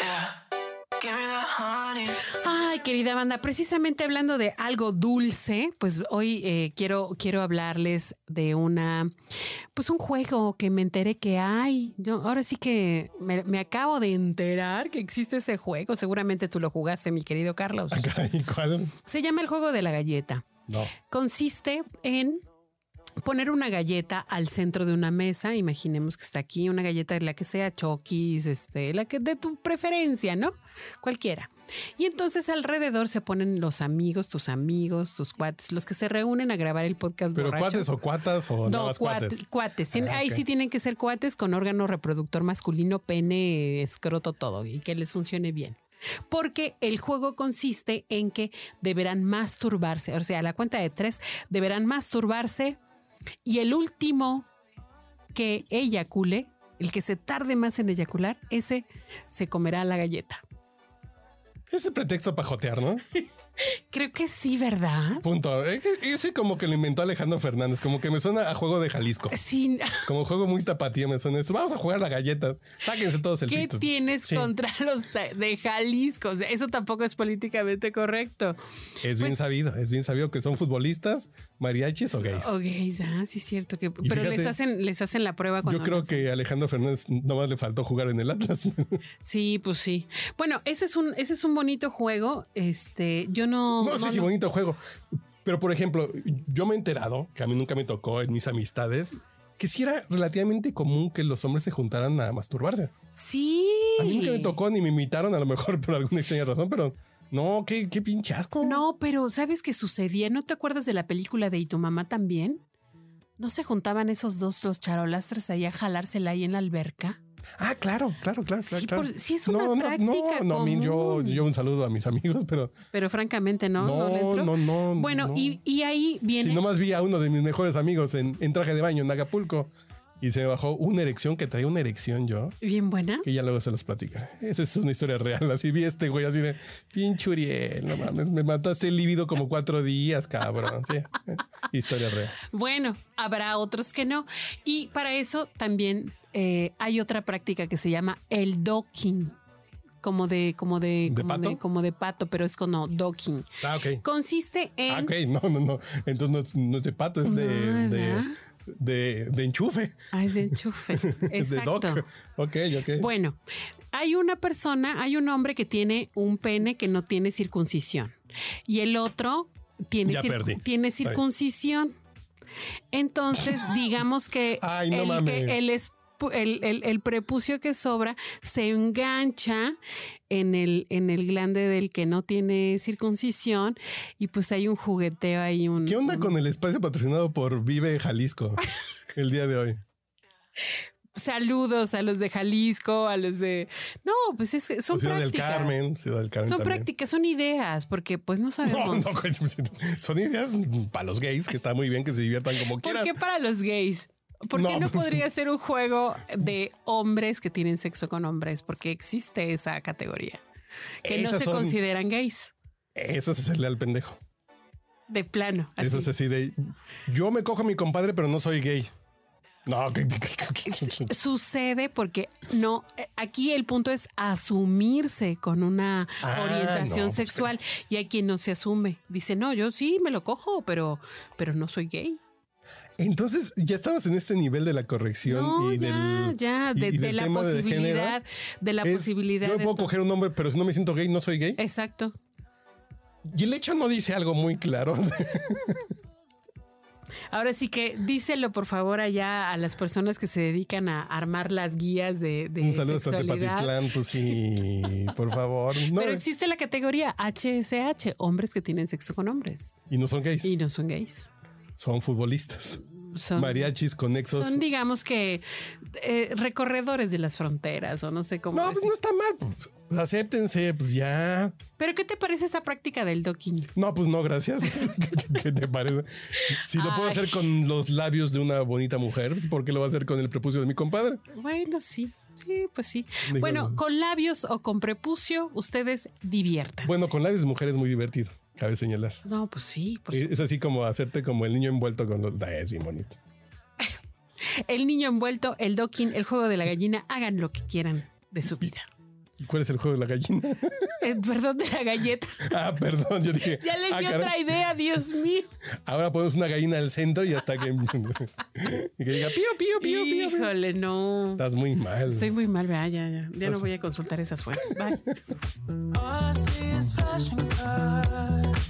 yeah. Give me the honey. Ay, querida banda, precisamente hablando de algo dulce, pues hoy eh, quiero, quiero hablarles de una, pues un juego que me enteré que hay. Yo ahora sí que me, me acabo de enterar que existe ese juego. Seguramente tú lo jugaste, mi querido Carlos. Caray, ¿cuál? Se llama el juego de la galleta. No. consiste en poner una galleta al centro de una mesa. Imaginemos que está aquí una galleta de la que sea Chokis, este, la que de tu preferencia, ¿no? Cualquiera. Y entonces alrededor se ponen los amigos, tus amigos, tus cuates, los que se reúnen a grabar el podcast. ¿Pero borracho. cuates o cuatas o nada No, más cuate- cuates? cuates. Tien- Ah, Ahí ok. sí tienen que ser cuates con órgano reproductor masculino, pene, escroto, todo y que les funcione bien. Porque el juego consiste en que deberán masturbarse, o sea, a la cuenta de tres, deberán masturbarse y el último que eyacule, el que se tarde más en eyacular, ese se comerá la galleta. Ese es pretexto para jotear, ¿no? Creo que sí, ¿verdad? Punto. E- e- Ese como que lo inventó Alejandro Fernández, como que me suena a juego de Jalisco. Sí. Como juego muy tapatío me suena eso. Vamos a jugar a la galleta. Sáquense todos el ¿Qué pito. tienes Sí, contra los ta- de Jalisco? O sea, eso tampoco es políticamente correcto. Es bien sabido, es bien sabido que son futbolistas, mariachis o gays. O gays, ah, sí es cierto que. pero fíjate, les hacen, les hacen la prueba cuando. Yo creo nacen. que a Alejandro Fernández nomás le faltó jugar en el Atlas. Sí, pues sí. Bueno, ese es un, ese es un bonito juego. Este, yo no. No sé si bonito juego. Pero, por ejemplo, yo me he enterado, que a mí nunca me tocó en mis amistades, que sí era relativamente común que los hombres se juntaran a masturbarse. Sí. A mí nunca me tocó, ni me invitaron a lo mejor por alguna extraña razón, pero no, qué, qué pinche asco. No, pero ¿sabes qué sucedía? ¿No te acuerdas de la película de Y tu mamá también? ¿No se juntaban esos dos, los charolastres, ahí a jalársela ahí en la alberca? Ah, claro, claro, claro. Sí, claro, claro. por- sí es una práctica no, mi- yo, común. yo un saludo a mis amigos, pero Pero francamente, no. No, le No, entró. no, no, Bueno, no. Y, y ahí viene. si nomás vi a uno de mis mejores amigos en, en traje de baño en Acapulco y se me bajó una erección que traía una erección yo. Bien buena. Que ya luego se los platica. Esa es una historia real. Así vi este güey así de pinchuriel, no mames, me mataste el líbido como cuatro días, cabrón. Sí, historia real. Bueno, habrá otros que no. Y para eso también eh, hay otra práctica que se llama el docking. Como de, como de, ¿De como pato? de, como de pato, pero es como no, docking. Ah, ok. Consiste en. Ah, ok, no, no, no. Entonces no es- no, es de pato, es de, No, es de, verdad. de- de enchufe. Ah, es de enchufe. Es de doc. Exacto. Ok, ok. Bueno, hay una persona, hay un hombre que tiene un pene que no tiene circuncisión y el otro tiene, Ya circu- perdí. tiene Está bien. Ah. circuncisión. Entonces, digamos que, Ay, no el, mames. que el es- el- el- el prepucio que sobra se engancha en el, en el glande del que no tiene circuncisión y pues hay un jugueteo ahí. Un, ¿Qué onda un- con el espacio patrocinado por Vive Jalisco el día de hoy? Saludos a los de Jalisco, a los de... No, pues es que son O Ciudad del prácticas. Carmen, Ciudad del Carmen. Son también. prácticas, son ideas, porque pues no No, sabemos. no, coño, son ideas para los gays que está muy bien que se diviertan como ¿Por quieran. qué para los gays? ¿Por qué No, no pues- podría ser un juego de hombres que tienen sexo con hombres? Porque existe esa categoría. Que no Esas se son- consideran gays. Eso es hacerle al pendejo. De plano. así. Eso es así de yo me cojo a mi compadre, pero no soy gay. No, que- que- que- S- que- Sucede porque no, eh, aquí el punto es asumirse con una Ah, orientación no, pues, sexual y hay quien no se asume. Dice, no, yo sí me lo cojo, pero, pero no soy gay. Entonces ya estabas en este nivel de la corrección No, y ya, del ya, y- de, y de del la tema de género. posibilidad, de la Es, posibilidad. Yo me de Eh, puedo coger un hombre, pero si no me siento gay, no soy gay. Exacto. Y el hecho no dice algo muy claro. Ahora sí que díselo por favor allá a las personas que se dedican a armar las guías de, de un saludo hasta sexualidad. Tepatitlán, pues sí, por favor. No, eh, Pero existe la categoría HSH, hombres que tienen sexo con hombres y no son gays, y no son gays. son futbolistas, Son, mariachis, conexos. son digamos que eh, recorredores de las fronteras o no sé cómo. no, pues decir. no está mal. pues. Pues acéptense, pues ya. ¿Pero qué te parece esa práctica del doquini? No, pues no, gracias. ¿Qué- ¿Qué te parece? Si lo puedo Ay. hacer con los labios de una bonita mujer, pues, ¿por qué lo va a hacer con el prepucio de mi compadre? Bueno, sí. Sí, pues sí. Digo, Bueno, no. con labios o con prepucio, ustedes diviertan. Bueno, con labios de mujer es muy divertido, cabe señalar. No, pues sí. por Es así como hacerte como el niño envuelto con los... Ah, Es bien bonito. su- El niño envuelto, el docking, el juego de la gallina, hagan lo que quieran de su vida. ¿Y ¿Cuál es el juego de la gallina? Eh, Perdón de la galleta. ah, perdón, yo dije... Ya les ah, di caray. otra idea, Dios mío. Ahora ponemos una gallina al centro y hasta que... y que diga, pío, pío, pío, pío, pío. Híjole, no. Estás muy mal. Estoy muy mal, ¿verdad? Ya, ya. Ya no voy a consultar esas fuentes. Bye. All I see is flashing cars.